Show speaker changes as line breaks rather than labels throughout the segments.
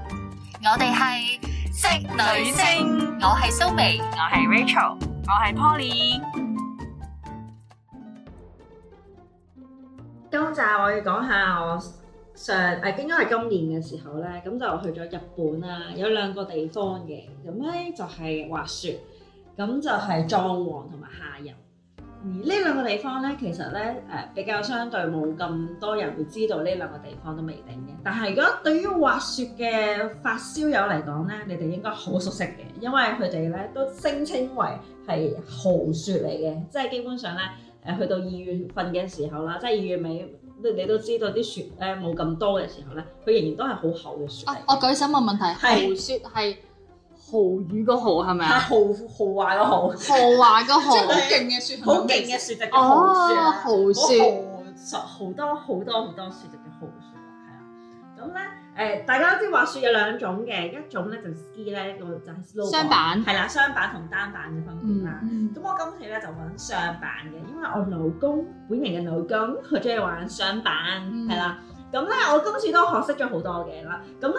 我哋係職女聲，
星，
我係蘇眉，
我係 Rachel，我係 Poly。
今集我要講下我上誒，應該係今年嘅時候咧，咁就去咗日本啦，有兩個地方嘅，咁咧就係滑雪，咁就係藏王同埋下游。而呢兩個地方咧，其實咧誒、比較相對冇咁多人會知道呢兩個地方都未定嘅。但係如果對於滑雪嘅發燒友嚟講咧，你哋應該好熟悉嘅，因為佢哋咧都聲稱為係豪雪嚟嘅，即係基本上咧。誒去到二月份嘅時候啦，即係二月尾，你你都知道啲雪咧冇咁多嘅時候咧，佢仍然都係好厚嘅雪嚟
啊！我
嘅，
舉手問問題，
係
豪雪係豪雨個豪係咪
係
啊？
豪豪華個豪，
豪華個豪
即，係好
嘅雪
好勁嘅雪就叫豪雪
哦，
啊啦，
啊
豪
好
雪，
實好多好多好多雪就叫豪雪啦，係啦。咁咧誒，大家都知滑雪有兩種嘅，一種咧就 ski 咧，一個就係 slow
雙板
係啦，雙板同單板嘅分別啦。
嗯，
咁我今次咧就玩上板嘅，因為我老公本人嘅老公佢中意玩上板，
嗯
係啦、咁咧我今次都學識咗好多嘢啦。咁咧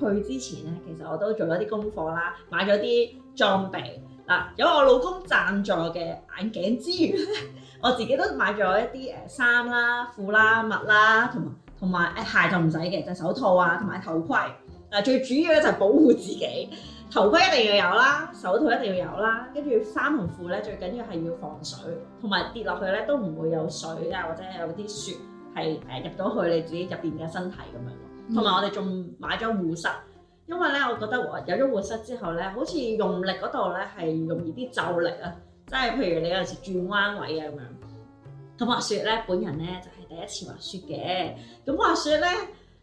我喺去之前咧，其實我都做咗啲功課啦，買咗啲裝備嗱，有我老公贊助嘅眼鏡之餘咧，我自己都買咗一啲誒呃衫啦、褲啦、襪啦，同埋同埋呃誒鞋就唔使嘅，就手套啊，同埋頭盔。嗱，最主要咧就係保護自己，頭盔一定要有啦，手套一定要有啦，跟住衫同褲咧最緊要係要防水，同埋跌落去咧都唔會有水啊，或者有啲雪係呃誒入到去你自己入邊嘅身體咁樣。同埋我哋仲買咗護膝，因為咧我覺得我有咗護膝之後咧，好似用力嗰度咧係容易啲就力啊，即係譬如你有時轉彎位啊咁樣。咁滑雪咧，本人咧就係、第一次滑雪嘅。咁滑雪咧，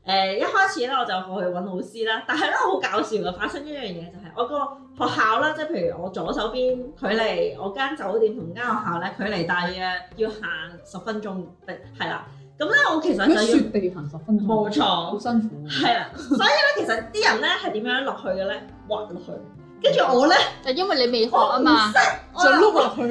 誒、一開始咧我就去揾老師啦， 但係咧好搞笑嘅，發生一樣嘢就係、我個學校啦，即係譬如我左手邊距離我間酒店同間學校咧，距離大約要行十分鐘，定係啦。咁咧我其實
喺
就
雪
要
地行十分鐘，啊
冇
好
錯，
辛苦，啊
係啦。所以咧，其實啲人咧係點樣落去嘅咧？滑落去，跟住我咧，
就因為你未學
我
啊嘛，就
我
碌落去，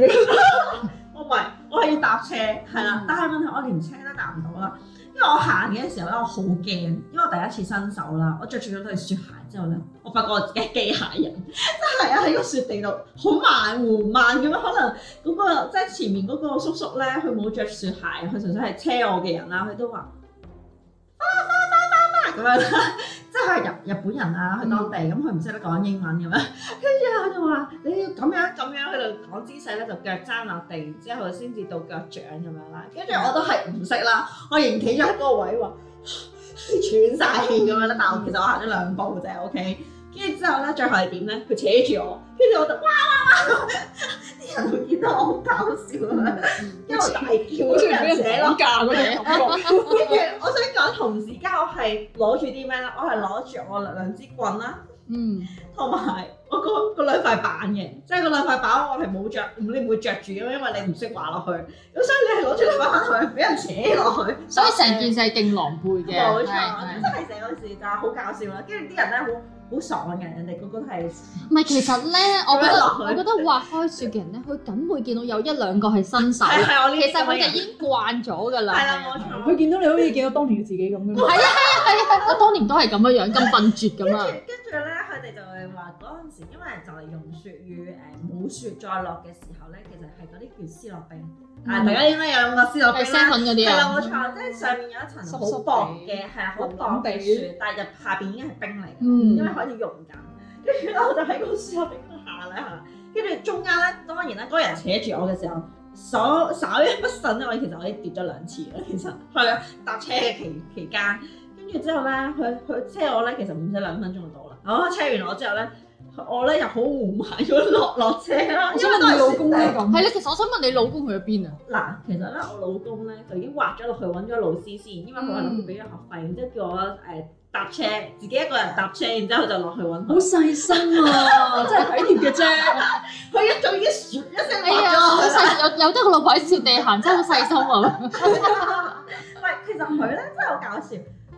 我唔係，我係要搭車，係啦。但係問題我連車都搭唔到啦，因為我行嘅時候咧，我好驚，因為我第一次新手啦，我着住咗對雪鞋之後咧，我發覺我自己係機械人，真係啊喺個雪地度好慢緩慢咁樣，可能嗰、個即係前面嗰個叔叔咧，佢冇着雪鞋，佢純粹係車我嘅人啦，佢都話。咁樣啦，即係佢係日日本人啊，佢當地咁，佢唔識得講英文咁樣， 跟住佢就話你要咁樣咁樣喺度講姿勢咧，就腳踭落地，然之後先至到腳掌咁樣啦。跟住我都係唔識啦，我仍然企咗喺嗰個位話喘晒氣咁樣啦。但係我其實我行咗兩步啫，OK。跟住之後咧，最後係點咧？佢扯住我，跟住我就哇哇 哇！啲人會見到我好搞笑啊，因為我大叫
好似
俾
俾
人扯
人
咯
綁。架嗰種感覺。
跟住我想講同時間我係攞住啲咩咧？我係攞住我兩兩支棍啦，
嗯，
同埋我個個兩塊板嘅，即係個兩塊板我係冇着，你唔會着住嘅，因為你唔識滑落去。咁所以你係攞住兩塊板同埋俾人扯落去，
所以成件事係勁狼狽嘅，
冇錯，
係
真
係
係成個事就係好搞笑啦。跟住啲人咧好好爽嘅，人哋個個都係
唔係其實咧，我覺
咁樣
得
落去
我覺得滑開雪嘅人咧，佢梗會見到有一兩個係新手，
係係我呢
其實
啲咁
佢
嘅
哋已
人，
經慣咗㗎啦。
係啦冇錯。
佢見到你好似見到當年嘅自己咁嘅
係啊係啊
嘛，
係啊！我當年都係咁樣樣，咁笨拙咁
跟住
啊！
跟住咧，佢哋就係話嗰陣時，因為就嚟融雪與誒冇雪再落嘅時候咧，其實係嗰啲叫斯諾冰。
嗯
啊，大家應該有飲過斯諾
係
冰啦。
seven 嗰啲
係
啊，
啦，冇錯，即係上面有一層好薄嘅，係啊，好薄嘅雪，但係入下邊已經係冰嚟嘅，
嗯
因為可以溶緊。跟住咧，我就喺個斯諾冰度下咧下，跟住中間咧，當然啦，嗰個人扯住我嘅時候。稍稍一不慎咧，我其實我已經跌咗兩次啦。其實係啊，搭車嘅 期期間，跟住之後咧，佢佢車我咧，其實唔使兩分鐘就到啦。哦，車完我之後咧，我咧又好緩慢咁落落車啦，
我
因
想
為都
問
係
你老公
雪地
咧咁，
係咧。其實我想問你老公去咗邊啊？
嗱，其實咧，我老公咧就已經劃咗落去揾咗老師先，因為佢話
嗯
佢俾咗學費，然之後叫我誒、搭車，自己一個人搭車，然之後就落去揾
好
佢。
細心 啊，真係體貼嘅啫。
佢一早已經咻一 聲
哎
落
呀，
咗
好
落去啦。
細有有得個老婆喺雪地行，真係好細心啊！
喂，其實佢咧真係好搞笑，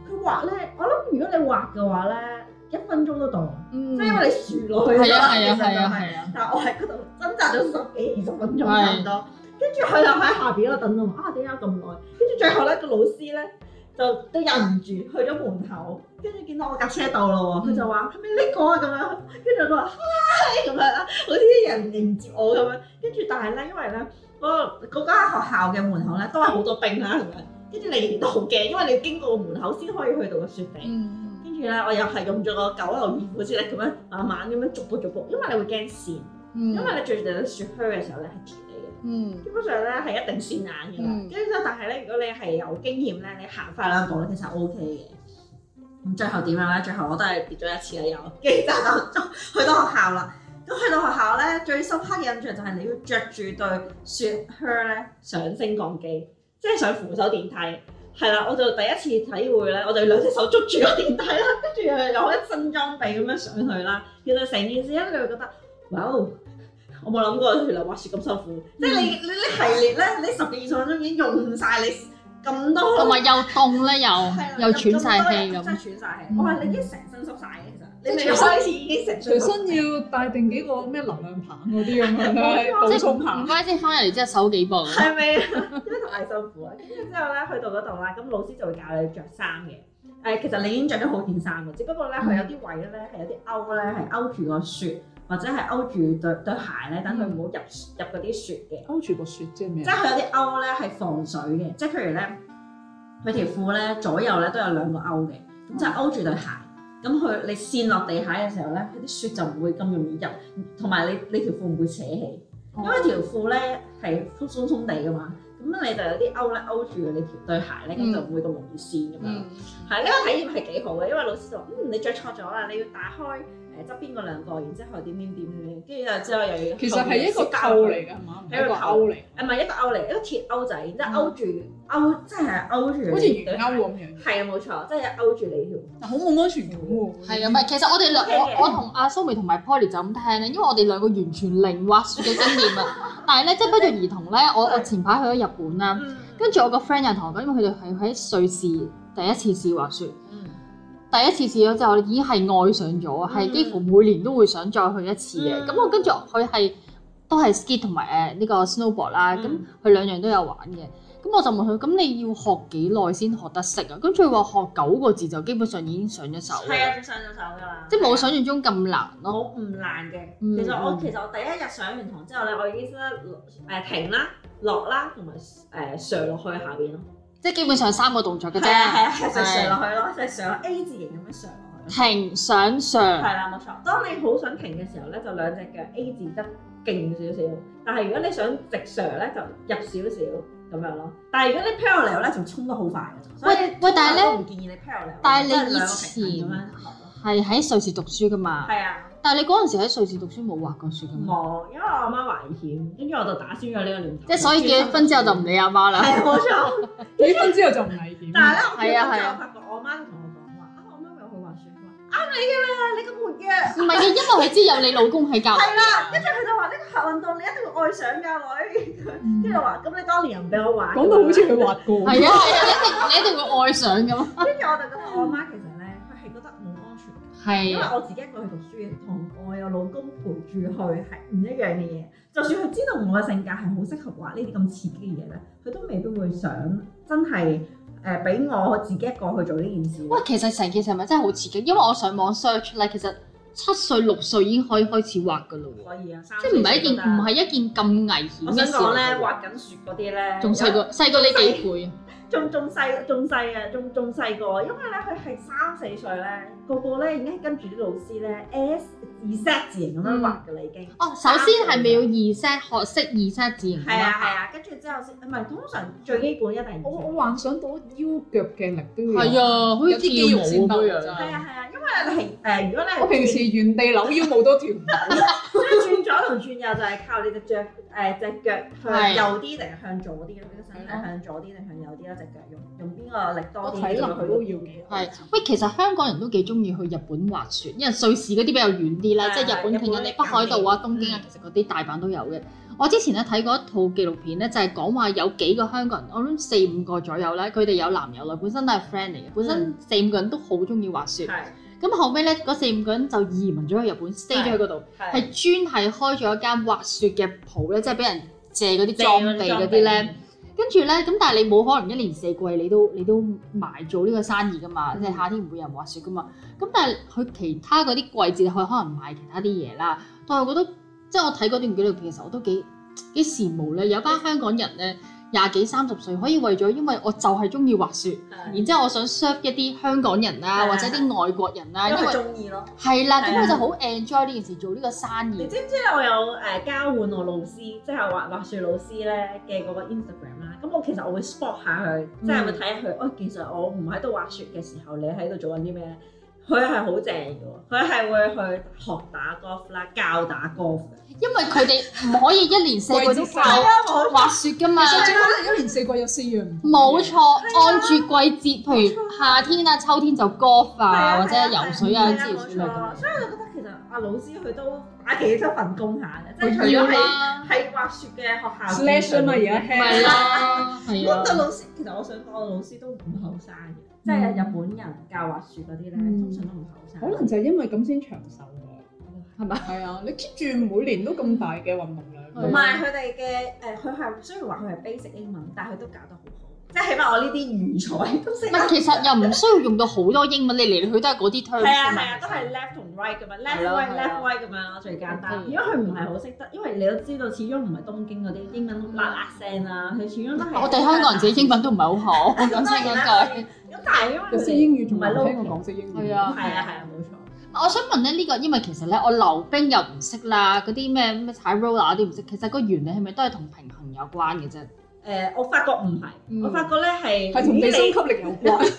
佢劃咧，我諗如果你劃嘅話咧，一分鐘都到，
嗯，
即係因為你咻落去
係
啦
啊係啊
其實就
係
係
啊係啊！
但係我喺嗰度掙扎咗十幾二十分鐘
係
差唔多，跟住佢又喺下邊嗰度等到我啊點解咁耐？跟住最後咧個老師咧就就都忍唔住去咗門口，跟住見到我架車到咯喎，佢就
嗯
話係咪呢個啊咁樣，跟住我話嗨咁樣啦，好似啲人迎接我咁樣，跟住但係咧，因為咧嗰嗰間學校嘅門口咧都係好多冰啦咁樣，跟住你都好驚，因為你要經過個門口先可以去到個雪地。
嗯，
跟住咧，我又係用咗個九牛二虎之力咁樣慢慢咁樣逐步逐步，因為你會驚跣，
嗯
因為你最近雪靴嘅時候咧係鐵嚟嘅。
嗯，
基本上咧係一定線眼嘅啦，
嗯
跟住之後，但係咧，如果你係有經驗咧，你行快兩步咧，其實 O K 嘅。咁最後點樣咧？最後我都係跌咗一次啦，又跟住之後就去到學校啦。咁去到學校咧，最深刻嘅印象就係你要着住對雪靴咧上升降機，即係上扶手電梯。係啦，我就第一次體會咧，我哋兩隻手捉住個電梯啦， 跟住又有一身裝備咁樣上去啦。其實成件事咧，你會覺得，哇！哦我冇諗過原來滑雪咁辛苦，
嗯
即係你你呢系列咧，你十年上中已經用晒你咁多，
同埋又凍咧，
係啦啊
又又喘晒氣
真
咁。
係喘晒氣。
嗯
我係你已經成身濕晒嘅，其實你
即係
未
隨身
開始已經成
隨
身濕
身要帶定幾個咩能量棒嗰啲咁樣 咧，補充下
唔。怪之翻嚟之後手幾步。
係咪啊？因為太辛苦啊！跟住之後咧，去到嗰度啦，咁老師就會教你着衫嘅。誒、其實你已經着咗好件衫嘅，只不過咧佢有啲位咧係有啲勾咧係勾住個雪，或者係勾住對對鞋咧，等佢唔好入入嗰啲雪嘅。
勾住個雪即係咩
即？係佢有啲勾咧係防水嘅，即係譬如咧，佢條褲咧左右咧都有兩個勾嘅，咁就係勾住對鞋。咁佢你跣落地下嘅時候咧，佢啲雪就唔會咁容易入，同埋你你條褲唔會扯起。
哦
因為條褲咧係鬆鬆地噶嘛，咁你就有啲勾咧勾住你條對鞋
嗯
咧，咁就唔會咁容易跣咁樣。
嗯，
係呢個體驗係幾好嘅，因為老師就話：嗯，你着錯咗啦，你要打開誒側邊嗰兩個，然之後點點點點，跟住之後又要
其實係一個扣嚟㗎，係嘛？唔係一個勾嚟，
誒唔係一個勾嚟，一個鐵勾仔，
嗯
然之後勾住勾，即係勾住你對鞋。
好似圓勾咁樣，
係啊，冇錯，即係勾住你條。
但好冇安全感喎。
係啊，唔係其實我哋 兩我我同阿蘇眉同埋 Polly 就咁聽咧，因為我哋兩個完全零滑雪嘅經驗 啊。但係咧，即係不約而同咧，我我前排去咗日本啦，
嗯
跟住我個 friend 又同我講，因為佢哋係喺瑞士第一次試滑雪。
嗯
第一次試咗之後，已經係愛上咗，係、
嗯
幾乎每年都會想再去一次嘅。
嗯
咁、我跟住佢係都係 ski 同埋誒呃呢個 snowboard 啦，啊咁佢、
嗯
兩樣都有玩嘅。咁我就問佢：咁你要學幾耐先學得識啊？跟住佢話學九個字就基本上已經上咗手啦，
係啊，上咗手㗎啦。
即係冇想象中咁難咯。
我唔難嘅，
嗯
其實我
嗯
其實我第一日上完堂之後咧，我已經識得誒停啦、落啦，同埋誒上落去下邊咯。
即係基本上三個動作嘅啫，
係啊係啊，就上落去咯，就上落 A 字形咁樣上落去咯。
停上上。
係啦，冇錯。當你好想停嘅時候咧，就兩隻腳 A 字得勁少少，但係如果你想直上咧，就入少少咁樣咯。但係如果你 parallel 咧，就衝得好快嘅。所以
喂喂但係呢
我唔建議你 parallel，
但係你
即兩個平衡咁樣學咯
係喺瑞士讀書噶嘛？
係啊。
但係你嗰陣時喺瑞士讀書冇滑過雪噶嘛？
冇，因為我阿媽懷險，跟住我就打消咗呢個念頭。
即係所以結咗婚之後就唔理阿媽啦。
係啊冇 錯。
幾分之後就唔危險。
但係咧，
係
我
啊
結咗
係
婚之後
啊
發覺我媽就同我講話：啊，我媽咪有去滑雪，佢話啱你㗎啦，你咁活躍。
唔係嘅，因為佢知有你老公喺教。
係啊啦，跟住佢就話呢個運動你一定會愛上㗎女。跟住我話：咁你當年又唔俾我玩。
講到好似佢滑過。
係啊係啊，你一定你一定會愛上噶嘛。
跟住我就覺得我媽其實咧，佢係覺得冇安全感，
係
因為我自己一個去讀書，同我有老公陪住去係唔一樣嘅嘢。就算佢知道我嘅性格係好適合玩呢啲咁刺激嘅嘢咧，佢都未必會想真係誒俾我自己一個去做呢件事。
喂，其實成件事係咪真係好刺激？因為我上網 search 咧，其實七歲六歲已經可以開始畫噶嘞喎，
可以啊，
即係唔係一件唔係一件咁危
我
險
想
嘅事
講
嚟
咧，
嘅喎。
滑緊雪嗰啲咧，
仲細過細過你幾倍啊？
仲仲細仲細啊，仲仲細個，因為咧佢係三四歲咧，個個咧已經跟住啲老師咧 S 二 set 字形咁
嗯
樣畫㗎啦，已經。
哦，首先係咪要二 set 學識二 set 字形㗎嘛？
係啊係啊，跟住之後先，唔係通常最基本一定係
我
二 set
我幻想到腰腳嘅力都要。
係啊，好似
有啲肌
跳
肉
舞
先得
咁
㗎
樣。
係啊係啊，因為你係誒，如果你係
我平時原地扭腰冇多條 唔到。
轉左同轉右就係靠你隻腳誒隻腳向
係
右啲定係向左啲咁，你個身體向左啲定向右啲啦，隻腳用用邊個力
嗯我
多啲
體能
就
都
會去
要幾好
係，喂，其實香港人都幾中意去日本滑雪，因為瑞士嗰啲比較遠啲啦，
係
即係日本近人哋北海道啊、東京啊，
嗯
其實嗰啲大阪都有嘅。我之前咧睇過一套紀錄片咧，就係講話有幾個香港人，我諗四五個左右啦，佢哋有男有女，本身都係 friend 嚟嘅，本身四五個人都好中意滑雪。
嗯係
咁後尾咧，嗰四五個人就移民咗去日本，stay 咗喺嗰度，
係
係專係開咗一間滑雪嘅鋪咧，即係俾人借嗰啲
借
裝
嗰啲
備
裝
嗰
備
啲咧。
跟住咧，咁但係你冇可能一年四季你都你都埋做呢個生意噶嘛，即係夏天唔會有人滑雪噶嘛。咁但係佢其他嗰啲季節，佢可能賣其他啲嘢啦。但係我覺得，即係我睇嗰段紀錄片嘅時候，我都幾幾羨慕咧，有班香港人咧廿幾三十歲可以為咗，因為我就係中意滑雪，然之後我想 serve 一啲香港人啦，
係
或者啲外國人啦，
因
因
為
為
中意咯。
係啦，
係
咁
啊
我就好 enjoy 呢件事，做呢個生意。
你知唔知咧？我有誒、交換我老師，即係滑滑雪老師咧嘅嗰個 Instagram 啦。咁我其實我會 spot 下佢，即係會睇下佢。哦，其實我唔喺度滑雪嘅時候，你喺度做緊啲咩咧？佢係好正嘅喎，佢係會去學打 golf 啦，教打 golf 嘅。
因為佢哋唔可以一年四季都
季節性
教
冇
滑雪噶嘛。
所以可能一年四季有四樣唔同嘅
冇錯，
啊
按住季節，譬如夏天啊、秋天就 golf
係啊
啊，或者
係
游水啊
係
之類之類
冇錯所以我就覺得其實阿老師佢都打幾多份工下嘅，即係除
咁樣。要啊
咗係
啦，
係滑雪嘅學校
slash 啊嘛，而家
唔係
hack
啦，係
我
啊
覺，得老師其實我想講，我老師都唔後生嘅，即係日本人教滑雪嗰啲咧，
嗯
通常都唔後生。
可能就係因為咁先長壽㗎，
係咪
係啊，你 keep 住每年都咁大嘅運動量，
係
唔係佢哋嘅誒，佢係雖然話佢係 basic 英文，但係佢都搞得好好，即係起碼我呢啲餘才都識
唔係
得。
其實又唔需要用到好多英文，你嚟嚟去都係嗰啲 terms
係啊
㗎嘛
係啊，都係 left 同 right 咁樣，left
係咯
right
係啊
left right 咁樣咯，最簡單。
嗯
如果佢唔係好識得，因為你都知道，始終唔係東京嗰啲英文啦啦聲啊，佢始終都係。
我哋香港人自己英文都唔係好好， 講真
當然
嗰
啦
句。
咁但係因為
有
佢
識
哋
英語仲
唔係
唔
local
聽我講識英語，
係啊
係啊係啊，冇錯。
我想問咧，呢個因為其實咧，我溜冰又唔識啦，嗰啲咩咩踩 roller 嗰啲唔識，其實個原理係咪都係同平衡有關嘅啫？
誒，我發覺唔係，
嗯
我發覺咧係
係同
咦
地
你
心吸力有關，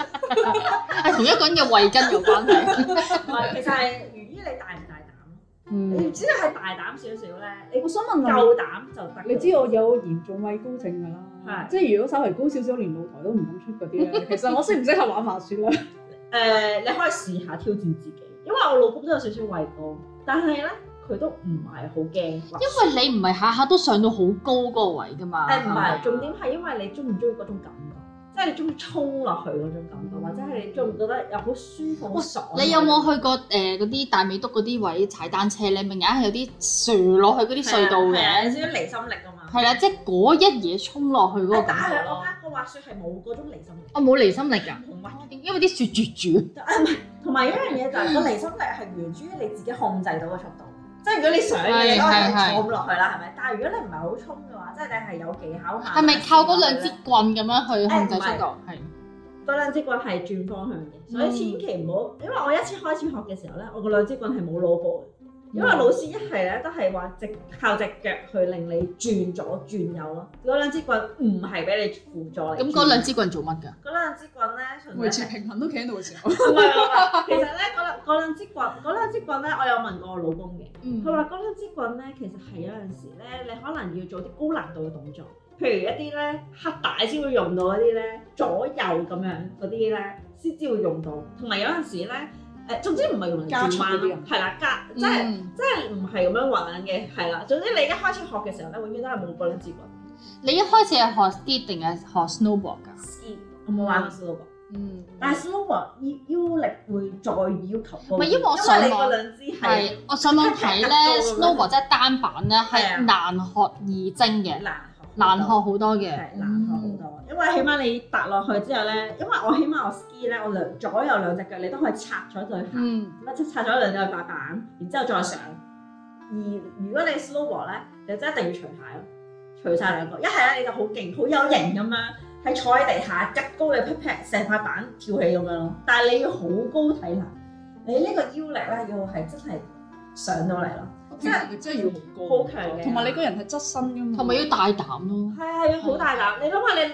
係同一個人嘅慧根有關 係。
唔係，其實係源於你大唔大膽。
嗯
你只要係大膽少少咧，你
我想問下
夠膽就得。
嗯你知我有嚴重畏高症㗎啦
係，
即係如果稍微高少少，連露台都唔敢出嗰啲咧，其實我適唔適合玩滑雪咧？
誒，你可以試下挑戰自己，因為我老公都有少少畏高，但係咧佢都唔係好驚。
因為你唔係下下都上到好高嗰個位噶嘛，
誒唔
嘛
係，重點係因為你中唔中意嗰種感覺。即係你中意衝落去嗰種感覺，或者係你中唔覺得又好舒服、好爽？
你有冇去過誒嗰啲大美督嗰啲位踩單車咧？咪硬係有啲垂落去嗰啲隧道
係啊係啊
嘅，
有少少離心力㗎嘛。
係啦，即係嗰一嘢衝落去嗰個
但
感覺
係哦我
咯。
發覺滑雪係冇嗰種離心力，
我冇離心力㗎，
同埋
因為啲雪絕住。
啊同埋一樣嘢就係個離心力係源於你自己控制到嘅速度。即係如果你想嘅嘢，當然係坐唔落去啦，係咪？但係如果你唔係好衝嘅話，即係你係有技巧下。
係咪靠嗰兩支棍咁樣去控制
啊誒唔係
速度？係
嗰兩支棍係轉方向嘅，所以千祈唔好。因為我一次開始學嘅時候咧，我個兩支棍係冇攞過嘅，因
嗯
為老師一係咧都係話直靠隻腳去令你轉左轉右咯。嗰兩支棍唔係俾你輔助嚟轉。
咁嗰兩支棍做乜㗎？
嗰兩支棍咧，純粹
維
係
持平衡都企喺度嘅時候，
唔係唔係， 唔係其實咧嗰兩嗰兩支棍，嗰兩支棍咧，我有問過我老公嘅。
嗯
佢話嗰兩支棍咧，其實係有陣時咧，你可能要做啲高難度嘅動作，譬如一啲咧黑帶先會用到嗰啲咧，左右咁樣嗰啲咧先至會用到，同埋有陣時咧，誒總之唔係用嚟
加
轉
速
彎
嗰啲
咯
啊，
係啦，加即係
嗯，
即係唔係咁樣玩嘅，係啦。總之你一開始學嘅時候咧，永遠都係冇嗰兩支棍。
你一開始係學 ski 定係學 snowboard 㗎？
Ski 我冇玩過 snowboard，
嗯，
但係 snowboard 腰腰力會再要求高啲，
唔係因為我上
因為你
網
嗰兩支係
係我上網睇咧
係
，snowboard 即係單板咧
係啊
係難學易精嘅。
難學
難學好多嘅，嗯
係難學好多，因為起碼你踏落去之後咧，因為我起碼我 ski 咧，我兩左右兩隻腳你都可以拆咗對鞋，咁
嗯，
啊即係拆咗兩對塊板，然之後再上。而如果你 snowboard 咧，你真係一定要除鞋咯，除晒兩個，一係咧你就好勁好有型咁樣，喺坐喺地下一高你 pat pat 成塊板跳起咁樣咯，但係你要好高體能，你呢個腰力咧要係真係上到嚟咯，
平衡力真係要好高，
好強嘅。
同埋你個人係側身㗎嘛，
同埋要大膽咯。
係啊，要好大膽。你諗下，你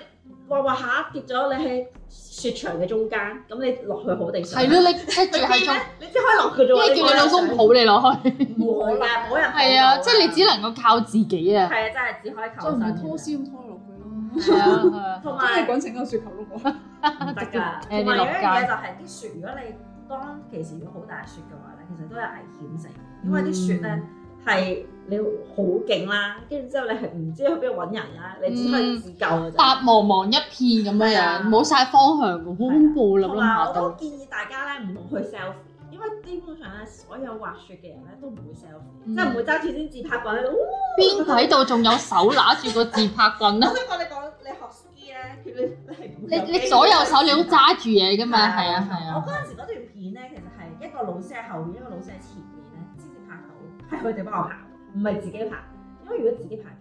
滑滑下跌咗，你喺雪場嘅中間，咁你落去好地上。
係咯，你即係
你
住喺中，
你只可以落嘅啫
跟
喎。
住叫你老公抱你落去。
冇可能，冇人抱
係啊，
到
即係你只能夠靠自己 啊。
係啊，真係只可以求
再唔
生
係拖絲咁拖落去咯，
係
Ờ.
啊，係啊
同
真係
埋
滾成個雪球碌喎，
唔得㗎。
誒你
同埋有
落
一
街
樣嘢就係啲雪，如果你當其時如果好大雪嘅話咧，其實都有危險性，因為啲雪咧係你好勁啦，跟住之後你係唔知去邊度揾人啦，你只可以自救㗎啫。
白茫茫一片咁樣
係
樣
啊，
冇晒方向喎，好恐怖啦！
同
諗
埋
下
我
都
都建議大家咧唔好去 selfie，因為應該基本上咧，所有滑雪嘅人咧都唔會 selfie，
嗯
即係唔會揸住支自拍棍喺度。哇
邊鬼度仲有手揦住個自拍棍
我
咧？
想講你講你學 ski 咧，佢你你係唔會有
你你
機
左右手你都
嘅
揸住嘢噶嘛？係啊係
我
啊，
嗰陣時嗰段片咧，其實係一個老師喺後面，一個老師喺前面咧，先至拍到，係佢哋幫我拍，唔係自己拍。因為如果自己拍拍，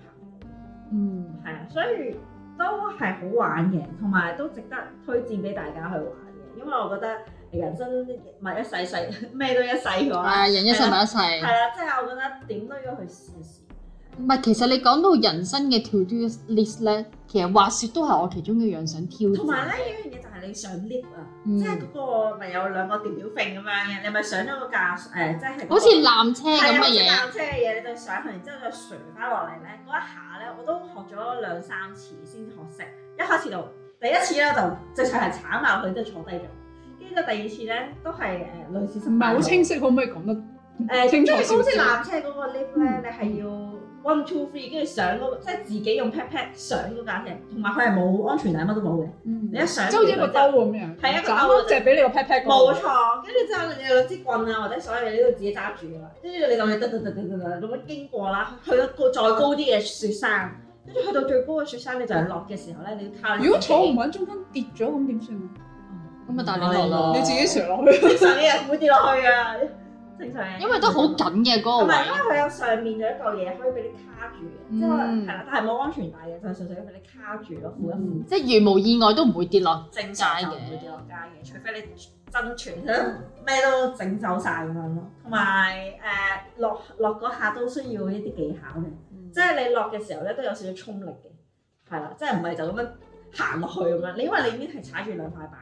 嗯。
係啊，所以都係好玩嘅，同埋都值得推薦俾大家去玩嘅。因為我覺得人生咪一世世，咩都一世嘅話，
啊！人一世物一世，
係啦，即係我覺得點都要去試試。
唔係其實你講到人生嘅 to do list 咧，其實滑雪都係我其中一樣想挑戰。
同埋咧，有一樣嘢就係你上 lift 啊，
嗯
即係嗰個咪有兩個吊吊揈咁樣嘅，你咪上咗個架誒、即係嗰個
好似纜車
係
咁嘅
啊好似
嘢，
纜車嘅嘢，你對上去，然之後再垂翻落嚟咧，嗰一下咧，我都學咗兩三次先學識。一開始就第一次咧就直情係鏟埋落去，即係坐低咗。跟住到第二次咧都係誒類似失
唔係好清
晰
晰，可唔可以講得？
誒，
清
即
楚
係
少少嗯
好似纜車嗰個 lift 咧，你係要 one two three，跟住上嗰個即係自己用 pat pat 上嗰架車，同埋佢係冇安全帶，乜都冇嘅。
嗯
你一上
即係好似一個兜
就
咁樣，
係一啊個兜
斬一隻俾你個 pat pat
冇錯，跟住之後你有支棍啊，或者所有嘢你都自己揸住噶啦，跟住你就會得得得得得得咁樣經過啦，去到高再高啲嘅雪山，跟住去到最高嘅雪山，你就係落嘅時候咧，你要靠你自己
如果坐唔穩，中間跌咗咁點算啊？
咁啊帶你落咯，
你自己垂落去。
正常嘅人唔會跌落去啊，正常嘅
因為都好緊嘅嗰個位
同埋，因為佢有上面有一嚿嘢可以俾你卡住嘅，即係
嗯
係啦，但係冇安全帶嘅，就係純粹俾你卡住咯，扶一扶。
即係如無意外都唔會跌落。
正常就唔會跌落街
嗯
嘅，除非你真全咩都整走晒咁樣咯。同埋誒落落嗰下都需要一啲技巧嘅，
嗯
即係你落嘅時候咧都有少少衝力嘅，係啦，即係唔係就咁樣行落去咁樣。你因為你已經係踩住兩塊板，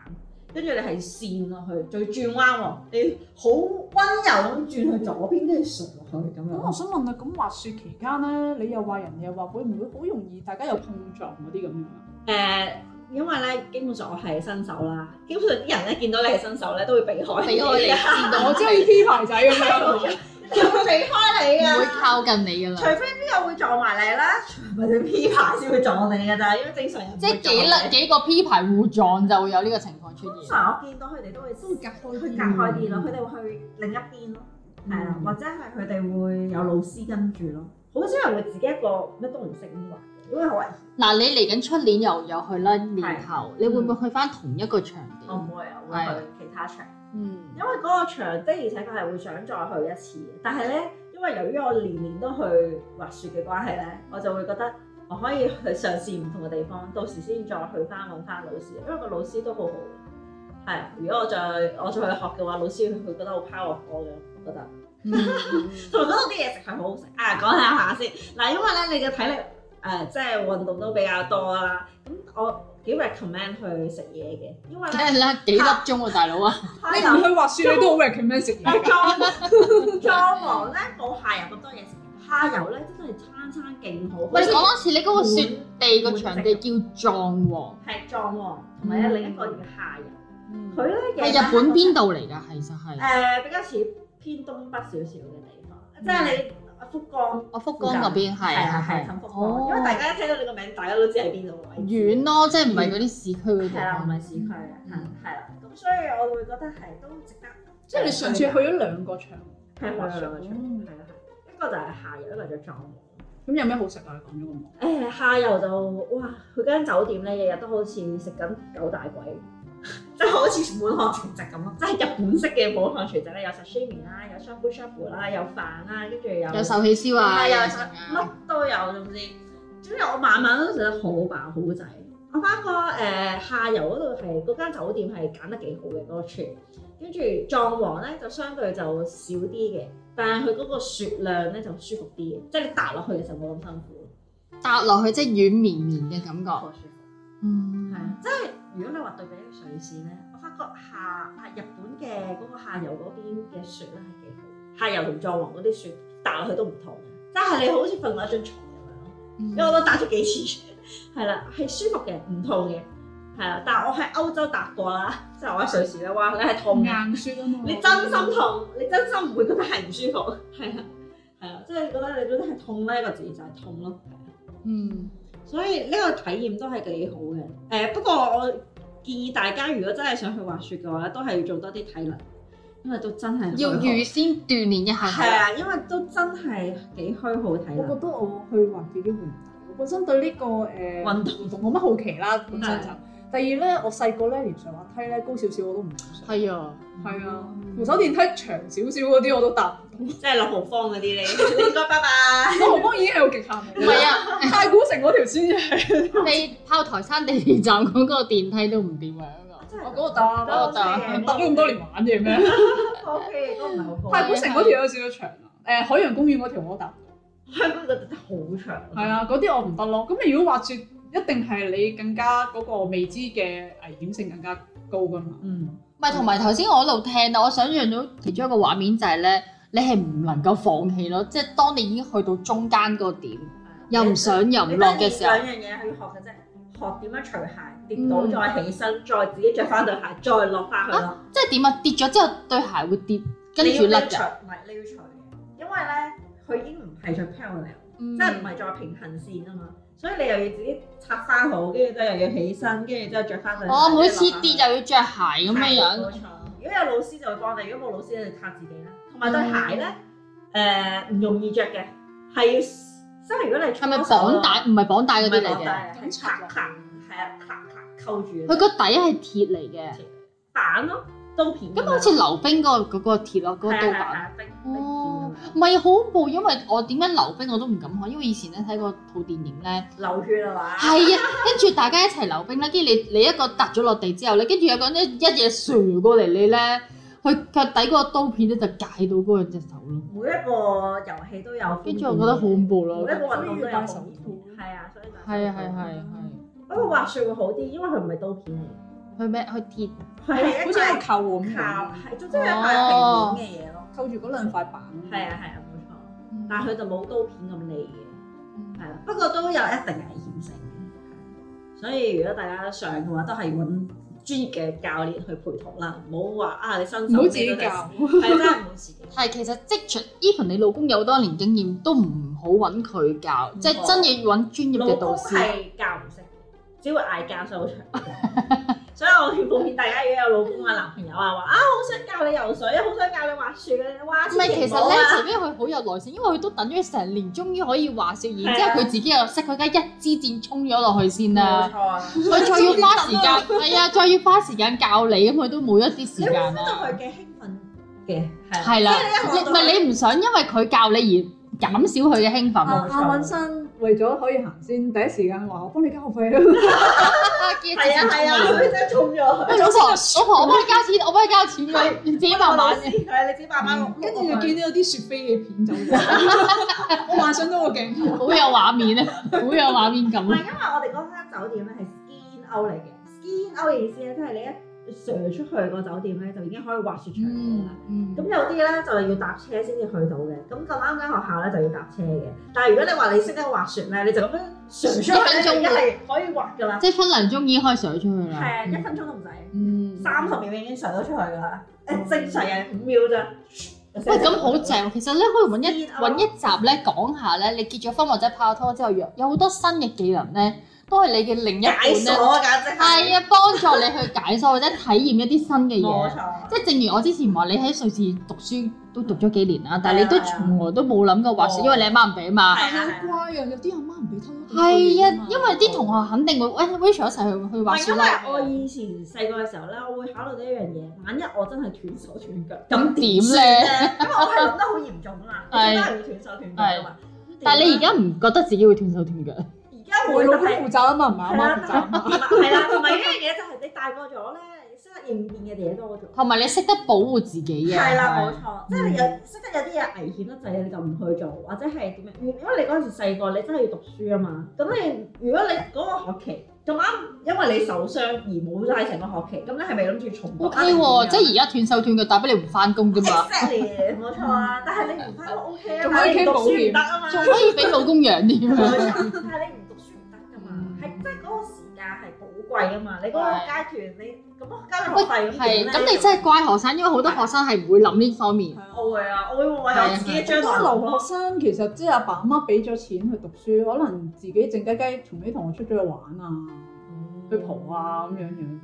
跟住你係跣落去，再轉彎喎，你好温柔咁轉去左邊，跟住垂落去咁
咁我
樣。
想問啊，咁滑雪期間咧，你又話人哋又話會唔會好容易大家有碰撞嗰啲咁樣？啊
誒、呃因為咧基本上我係新手啦，基本上啲人咧見到你係新手咧都會避開，
避開你知道
我即係 P 牌仔咁樣，
你會 避開你
唔
啊
會。靠近你㗎
除
啦，
非邊個會撞埋你啦，除非你 P 牌先會撞你嘅咋，因為正常人唔
即
會
係
撞
幾
你
粒幾個 P 牌互撞就會有呢個情況出
通
現。
常我見到佢哋都會都會隔開，去隔開啲
嗯
咯，佢哋會去另一邊咯，係啊，或者係佢哋會有老師跟住咯。好少人會自己一個咩都唔識咁玩嘅，因為好危險。
嗱，你嚟緊出年又有去啦，年後你會唔會去翻同一個場地？
我唔會啊，我會去其他場，
嗯
因為嗰個場的而且確係會想再去一次嘅。但係咧，因為由於我年年都去滑雪嘅關係咧，我就會覺得。我可以去嘗試唔同嘅地方，到時先再去翻揾翻老師，因為個老師都好好。係，如果我再我再去學嘅話，老師佢覺得好 power 我嘅，我覺得。
嗯
同埋嗰度啲嘢食係好好食啊！講下下先嗱，因為咧你嘅體力誒、呃即係運動都比較多啦，咁我幾 recommend 去食嘢嘅，因為
梗
咧
係啦，幾粒鐘喎，大佬啊！
開
你唔去滑雪，你都好 recommend 食
啊
嘢。
裝裝潢咧冇下游咁多嘢食，下游咧真係餐餐勁好，
喂，講多次，你嗰個雪地個場地叫藏王，
係裝潢，同埋咧另一個叫下游，嗯佢咧
係日本邊度嚟㗎？其實
誒、
係
比較似偏東北少少嘅地方，即係你福岡。
我福岡嗰邊係
係
係
係
係
幸福港，因為大
哦，
家一聽到你個名，大家都知係邊度位。
遠咯，即係唔係嗰啲市區嗰
係啊啦，唔
度。
係市區嘅，係係啦。咁所以我會覺得係都值得。
即係你上次去咗兩個場，
係去兩個場，
嗯
係啊係。一個就係下游，一個就藏王。
咁有咩好食啊？你講咗咁耐，
誒下游就哇，佢間酒店咧，日日都好似食緊九大簋， 即係好似滿漢全席咁咯，即係日本式嘅滿漢全席咧，有 sashimi 啦，有 shabu shabu 啦，有飯啦，跟住有
有壽喜燒啊，
係
有
啊，
成
乜
啊
都有，總之總之我晚晚都食得好飽好滯。我發覺誒、呃下游嗰度係嗰間酒店係揀得幾好嘅嗰、個 trip，跟住藏王咧就相對就少啲嘅，但係佢嗰個雪量咧就舒服啲嘅，即係你踏落去嘅時候冇咁辛苦，
搭落去即係軟綿綿嘅感覺。
好舒服。
嗯
係，啊，即係如果你話對比瑞士咧，我發覺下啊日本嘅嗰個下游嗰邊嘅雪咧係幾好，下游同藏王嗰啲雪踏落去都唔同嘅，即係你好似瞓落一張床咁樣咯。因為我
嗯
都打咗幾次，係啦，係舒服嘅，唔痛嘅，係啦。但係我喺歐洲打過啦，即係我喺瑞士咧，哇！你係痛
嗯
嘅，
硬雪啊嘛，
你真心痛，你真心唔會覺得係唔舒服，係啊，係啊，即係你覺得你覺得係痛呢一個字就係痛咯。
嗯，
所以呢個體驗都係幾好嘅。誒、不過我建議大家如果真係想去滑雪嘅話咧，都係要做多啲體能，因為都真係
要
虛
預
好
先鍛鍊一下
係
佢。
啊，因為都真係幾虛好睇
我覺
啦。
得我去話自己會唔大，我本身對呢、個誒、呃
運
動冇乜好奇啦，本身就。第二咧，我細個咧連上滑梯咧高少少我都唔敢上。
係啊，
係啊，扶手電梯長少少嗰啲我都 搭唔
即係六號方嗰啲你，你應該拜拜。
到。我方已經係個極限
唔
嚟㗎。
係啊，
太古城嗰條先係。
你炮台山地鐵站嗰個電梯都唔掂樣啊！
我嗰個搭，
嗰個搭
搭咗咁多年玩嘢 咩？
O K，都唔係好高。
太古城嗰條有少少長啊。誒，海洋公園嗰條我都搭唔到。
香港嗰啲好長。
係啊，嗰啲我唔得咯。咁你如果滑雪，一定係你更加嗰個未知嘅危險性更加高㗎嘛。
嗯，
唔係，同埋頭先我一路聽啊，我想象到其中一個畫面就係咧，你係唔能夠放棄咯，即係當你已經去到中間個點，又唔上又唔落嘅時候
你，得兩樣嘢係要學嘅啫，學點樣除鞋，跌倒再起身，再自己着翻對鞋，再落翻去咯。
即係點啊？跌咗之後對鞋會跌，跟住
你
甩
要你除，
㗎。
唔係你要除嘅，因為咧佢已經唔係着 parallel，
即
即係唔係再平行線啊嘛，所以你又要自己拆翻好，跟住之後又要起身，跟住之後着翻對鞋。
我哦每次
跟住落返去
跌又要着鞋咁嘅樣
冇。錯。如果有老師就會幫你，如果冇老師咧就靠自己啦。同埋對鞋咧，誒、
嗯
唔容易着嘅，係要即係如果你
係咪綁帶？唔係啊綁帶嗰啲
唔係
嚟
綁
嘅，
帶，啊係咔咔，係啊，咔咔扣住
佢個底係鐵嚟嘅，
板咯，刀片
咁好似溜冰嗰個嗰個鐵咯，嗰個刀
係啊係
板。
啊冰冰片
哦
咁，
唔係好恐怖，因為我點解溜冰我都唔敢學，因為以前咧睇過套電影咧，
樣流血啊嘛，
係啊，跟住大家一齊溜冰咧，跟住你你一個揼咗落地之後咧，跟住有個人一一嘢射過嚟你咧，佢腳底嗰個刀片咧就解到嗰兩隻手咯，
每一個遊戲都有。
跟住我覺得好恐怖咯
每，一個運動都有
所以要戴手套
係啊，所以就
係啊係係係，
不過滑雪會好啲，因為佢唔係刀片嚟
佢咩佢鐵
嘅，
啊
佢係一
好似係啊
塊
扣咁
靠，
樣，
係總之係一塊
哦
平面嘅嘢咯。
扣住嗰兩塊板。
係啊係啊，冇錯。但
嗯
係佢就冇刀片咁利嘅，係啦。不過都有一定危險性嘅，所以如果大家上嘅話，都係揾專業嘅教練去陪同啦，唔好話啊你新手
唔好自己
咩都得
教，
係真係唔好自己。
係，其實職場 even 你老公有多年經驗，都唔好揾佢教，即係真要揾專業
老
嘅導
公
師。
係教唔識，只會嗌交所以好長。所以我勸奉勸大家，如果有老公啊、男朋友啊，話啊好想教你游水，好想教你滑雪嘅，哇！
唔係，其實咧，
咧，
前面佢好有耐性，因為佢都等咗成年，終於可以話笑，然之
係啊
後佢自己又識，佢而家一支箭衝咗落去先
冇
啦。
錯啊，
佢再要花 時間，係啊，再要花時間教你，咁佢都冇一啲時
你會
間
分到
啦。
佢嘅興奮嘅，係啊
係啦，你
即係你一學
唔
到
係你唔想因為佢教你而減少佢嘅興奮
阿
喎。
阿
冇錯
允生為咗可以行先，第一時間話我幫你交學費啊！
啊跟住
係啊係啊，佢真係中咗。
喂老婆，老婆，我幫你交錢，我幫你交錢㗎，你自己慢慢嘅。
係啊你自己慢 慢
跟住就見到有啲雪飛嘅片走 咗，我幻想到個鏡頭。
好有畫面啊，好有畫面感
唔係
啊！
因為我哋嗰間酒店咧係 skin out 嚟嘅，skin out 嘅意思咧即係你一上出去個酒店咧就已經可以滑雪場嘅啦。
嗯
咁有啲咧就係要搭車先至去到嘅，咁咁啱間學校咧就要搭車嘅。但係如果你話你識得滑雪咧，你就咁樣上出去
一分鐘
咧，一係可以滑㗎啦。
即係分零鐘已經可以上出去
係
啦。
啊，一分鐘都唔使，
嗯，
三十秒已經上咗出去㗎啦。誒，正常人五秒咋。
喂，咁好正喎！其實咧，可以揾一
Speed up
揾一集咧講下咧，你結咗婚或者拍咗拖之後，有有好多新嘅技能咧，都係你嘅另一半
解鎖
咧，
啊，簡直
係啊，幫助你去解鎖或者體驗一啲新嘅
冇
嘢。
錯。
即係正如我之前話，你喺瑞士讀書都讀咗幾年啦，但係你都
係啊係啊
從來都冇諗過滑雪，
冇
因為你阿媽唔俾嘛。
係啊係啊。
乖啊！有啲阿媽唔俾偷偷地去㗎嘛。
係啊，因為啲同學肯定會，喂，Rachel 一齊去去
唔
滑
係
雪
因為
啦。
我以前細個嘅時候咧，我會考慮到一樣嘢，萬一我真係斷手斷腳，
咁點
算
咧？
呢？因為我係諗得好嚴重 啊嘛，
係
你真係會斷手斷腳啊嘛。咁點啊
但係你而
咧
家唔覺得自己會斷手斷腳？
而家
我
會
老公
但係
負責啊嘛，唔係阿
係
媽
啦
負責啊嘛。
係啦，同埋一樣嘢就係你大個咗咧，你識得應變嘅嘢多咗。
同埋你識得保護自己啊嘅，
係啦，冇錯，即係你有識得有啲嘢危險得滯，你就唔去做，或者係點樣？因為你嗰陣時細個，你真係要讀書啊嘛。咁你如果你嗰個學期咁啱，因為你受傷而冇晒成個學期，咁你係咪諗住重讀
O
啊
K
定點
喎，
樣
即係而家斷手斷腳，代表你唔翻工啫 嘛，
Exactly，冇錯啊！但係你唔翻都 OK 啊，
仲
仲
可
可
以
以
傾
讀
保
書
險
唔得啊嘛。
仲可以俾老公養添啊！
冇錯但係你唔讀書唔得噶嘛，係即係嗰個時間係寶貴啊嘛。你嗰個階段，你咁我交咗學費咁點
係，
咧
咁你真係乖學生，因為好多學生係唔會諗呢方面。
我會啊，我會為我自己嘅將
好
來
多啊留學生其實即係阿爸阿媽俾咗錢去讀書，可能自己靜雞雞同啲同學出咗去玩啊、去蒲啊咁樣樣。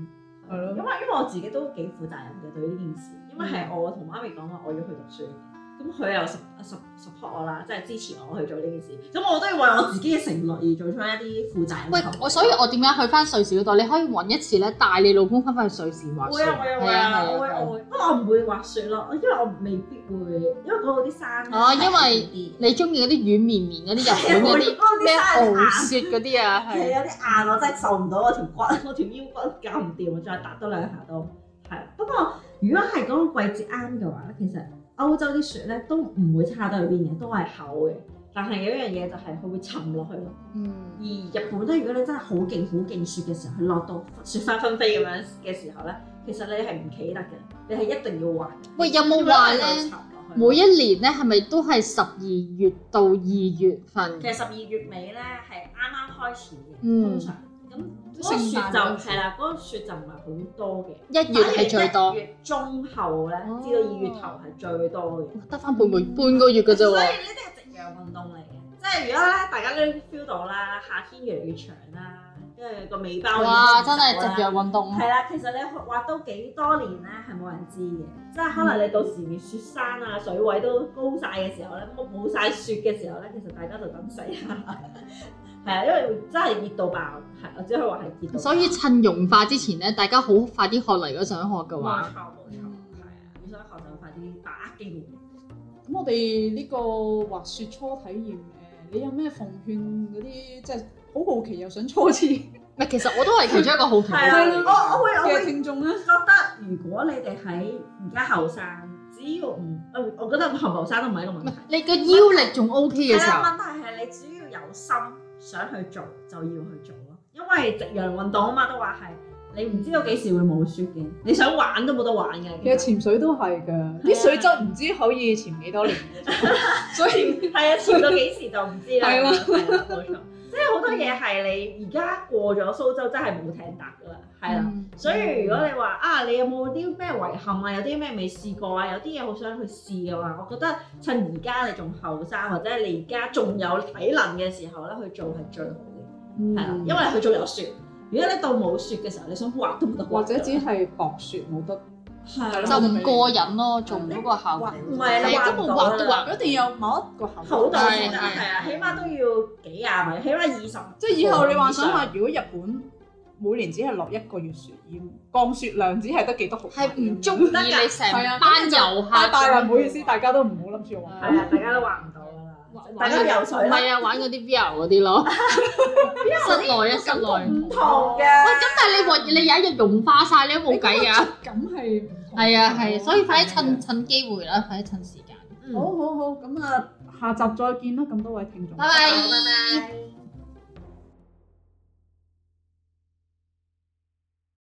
係
因為因
咯，
為我自己都幾負責任嘅對呢件事，因
嗯
為係我同媽咪講話我要去讀書嘅，咁佢又 sup- sup- support 我啦，即係支持我去做呢件事，咁我都要為我自己嘅承諾而做出一啲負責任嘅
喂
行為，
我所以我點解去翻瑞士嗰度？你可以揾一次咧，帶你老公翻返去瑞士滑
會
雪。
啊會啊會
係啊
啊，我
係
會
啊係啊！
我會，不過我唔會滑雪咯，因為我未必會，因為嗰度啲山咧
哦因為
係硬
你中意嗰啲軟綿綿嗰啲
啲
日本嗰 啲咩傲雪嗰
係啊嗰度啲山係硬
啲啊，
係
係
有啲硬，我真係受唔到我條骨，我條腰骨搞唔掂，我再搭多兩下都係。不過如果係嗰個季節啱嘅話咧，其實歐洲啲雪咧都唔會差得去邊嘅，都係厚嘅。但係有一樣嘢就係佢會沉落去咯。
嗯
而日本咧，如果你真係好勁好勁雪嘅時候，佢落到雪花紛飛咁樣嘅時候咧，其實你係唔企得嘅，你係一定要滑嘅。
喂有冇話咧
因為佢沉落去
每一年咧係咪都係十二月到二月份？
其實十二月尾咧係啱啱開始嘅，
嗯
通常咁嗰個雪就係啦，嗰、個雪就唔係好多嘅。
一月係最
一
多，
月中後咧，
哦
至到二月頭係最多嘅。
得翻半個半個月嘅啫
所
喎。
以呢啲係夕陽運動嚟嘅，即係如果咧大家都 feel 到啦，夏天越嚟越長啦，跟住個尾巴會
哇！
越嚟越
真係
走啦
夕陽運動
係啦，其實你滑到幾多年咧係冇人知嘅，即係可能你到時連雪山啊、水位都高晒嘅時候咧，冇冇曬雪嘅時候咧，其實大家就等死啦。 係啊，因為真係熱到爆，係我只可以話係熱到爆。
所以趁融化之前咧，大家好快啲學嚟果想學嘅
冇錯
話，
冇錯，係啊，你想學就快啲把握機會。
咁我哋呢個滑雪初體驗誒，你有咩奉勸嗰啲即係好好奇又想初次
唔係其實我都係其中一個好奇
係啊，
嘅。
我我會我
嘅
會
聽眾咧？
覺得，如果你哋喺而家後生，只要唔，呃我覺得後唔後生都唔係一個問
唔係
題。
你個腰力仲 OK 嘅時
係
候，
啦，問題係你只要有心想去做，就要去做咯。因為夕陽運動啊嘛，都話係你唔知道幾時會冇雪嘅，你想玩都冇得玩嘅。
其實潛水都係㗎，啲水質唔知可以潛幾多年，所以
係啊，潛到幾時就唔知啦。
係啦
係啦，冇錯。即係好多嘢係你而家過咗蘇州，真係冇艇搭噶啦，係啦。
嗯
所以如果你話啊，你有冇啲咩遺憾啊？有啲咩未試過啊？有啲嘢好想去試嘅話，我覺得趁而家你仲後生，或者你而家仲有體能嘅時候咧，去做係最好嘅，係啦、因為佢仲有雪。如果你到冇雪嘅時候，你想滑都冇得滑
或者只係薄雪冇得，
係
就
啦
唔過癮咯，做唔到個效果。
唔係啊你
係
滑
根
唔
本
到
滑
啦
都滑，
一定有某一個口
好到
係
先得，係啊，起碼都要幾廿米，起碼二十。
即係以後你幻想下，如果日本每年只係落一個月雪，而降雪量只係得幾多毫米，
係唔中意你成啊班遊客。
拜拜啦！唔好意思，大家都唔好諗住
係
玩
啊，。大家都滑唔到啊㗎啦，
玩
大家游水
唔
啦，
係啊，玩嗰啲 VR 嗰啲 咯，室內啊，室內。
唔同嘅。
喂，咁但係你話你有一日融化晒，你都冇計㗎。
咁係
係啊係，啊所以快啲趁趁機會啦，快啲趁時間。
嗯
好好好，咁啊，下集再見啦，咁多位聽眾。
拜
好
拜。
拜拜。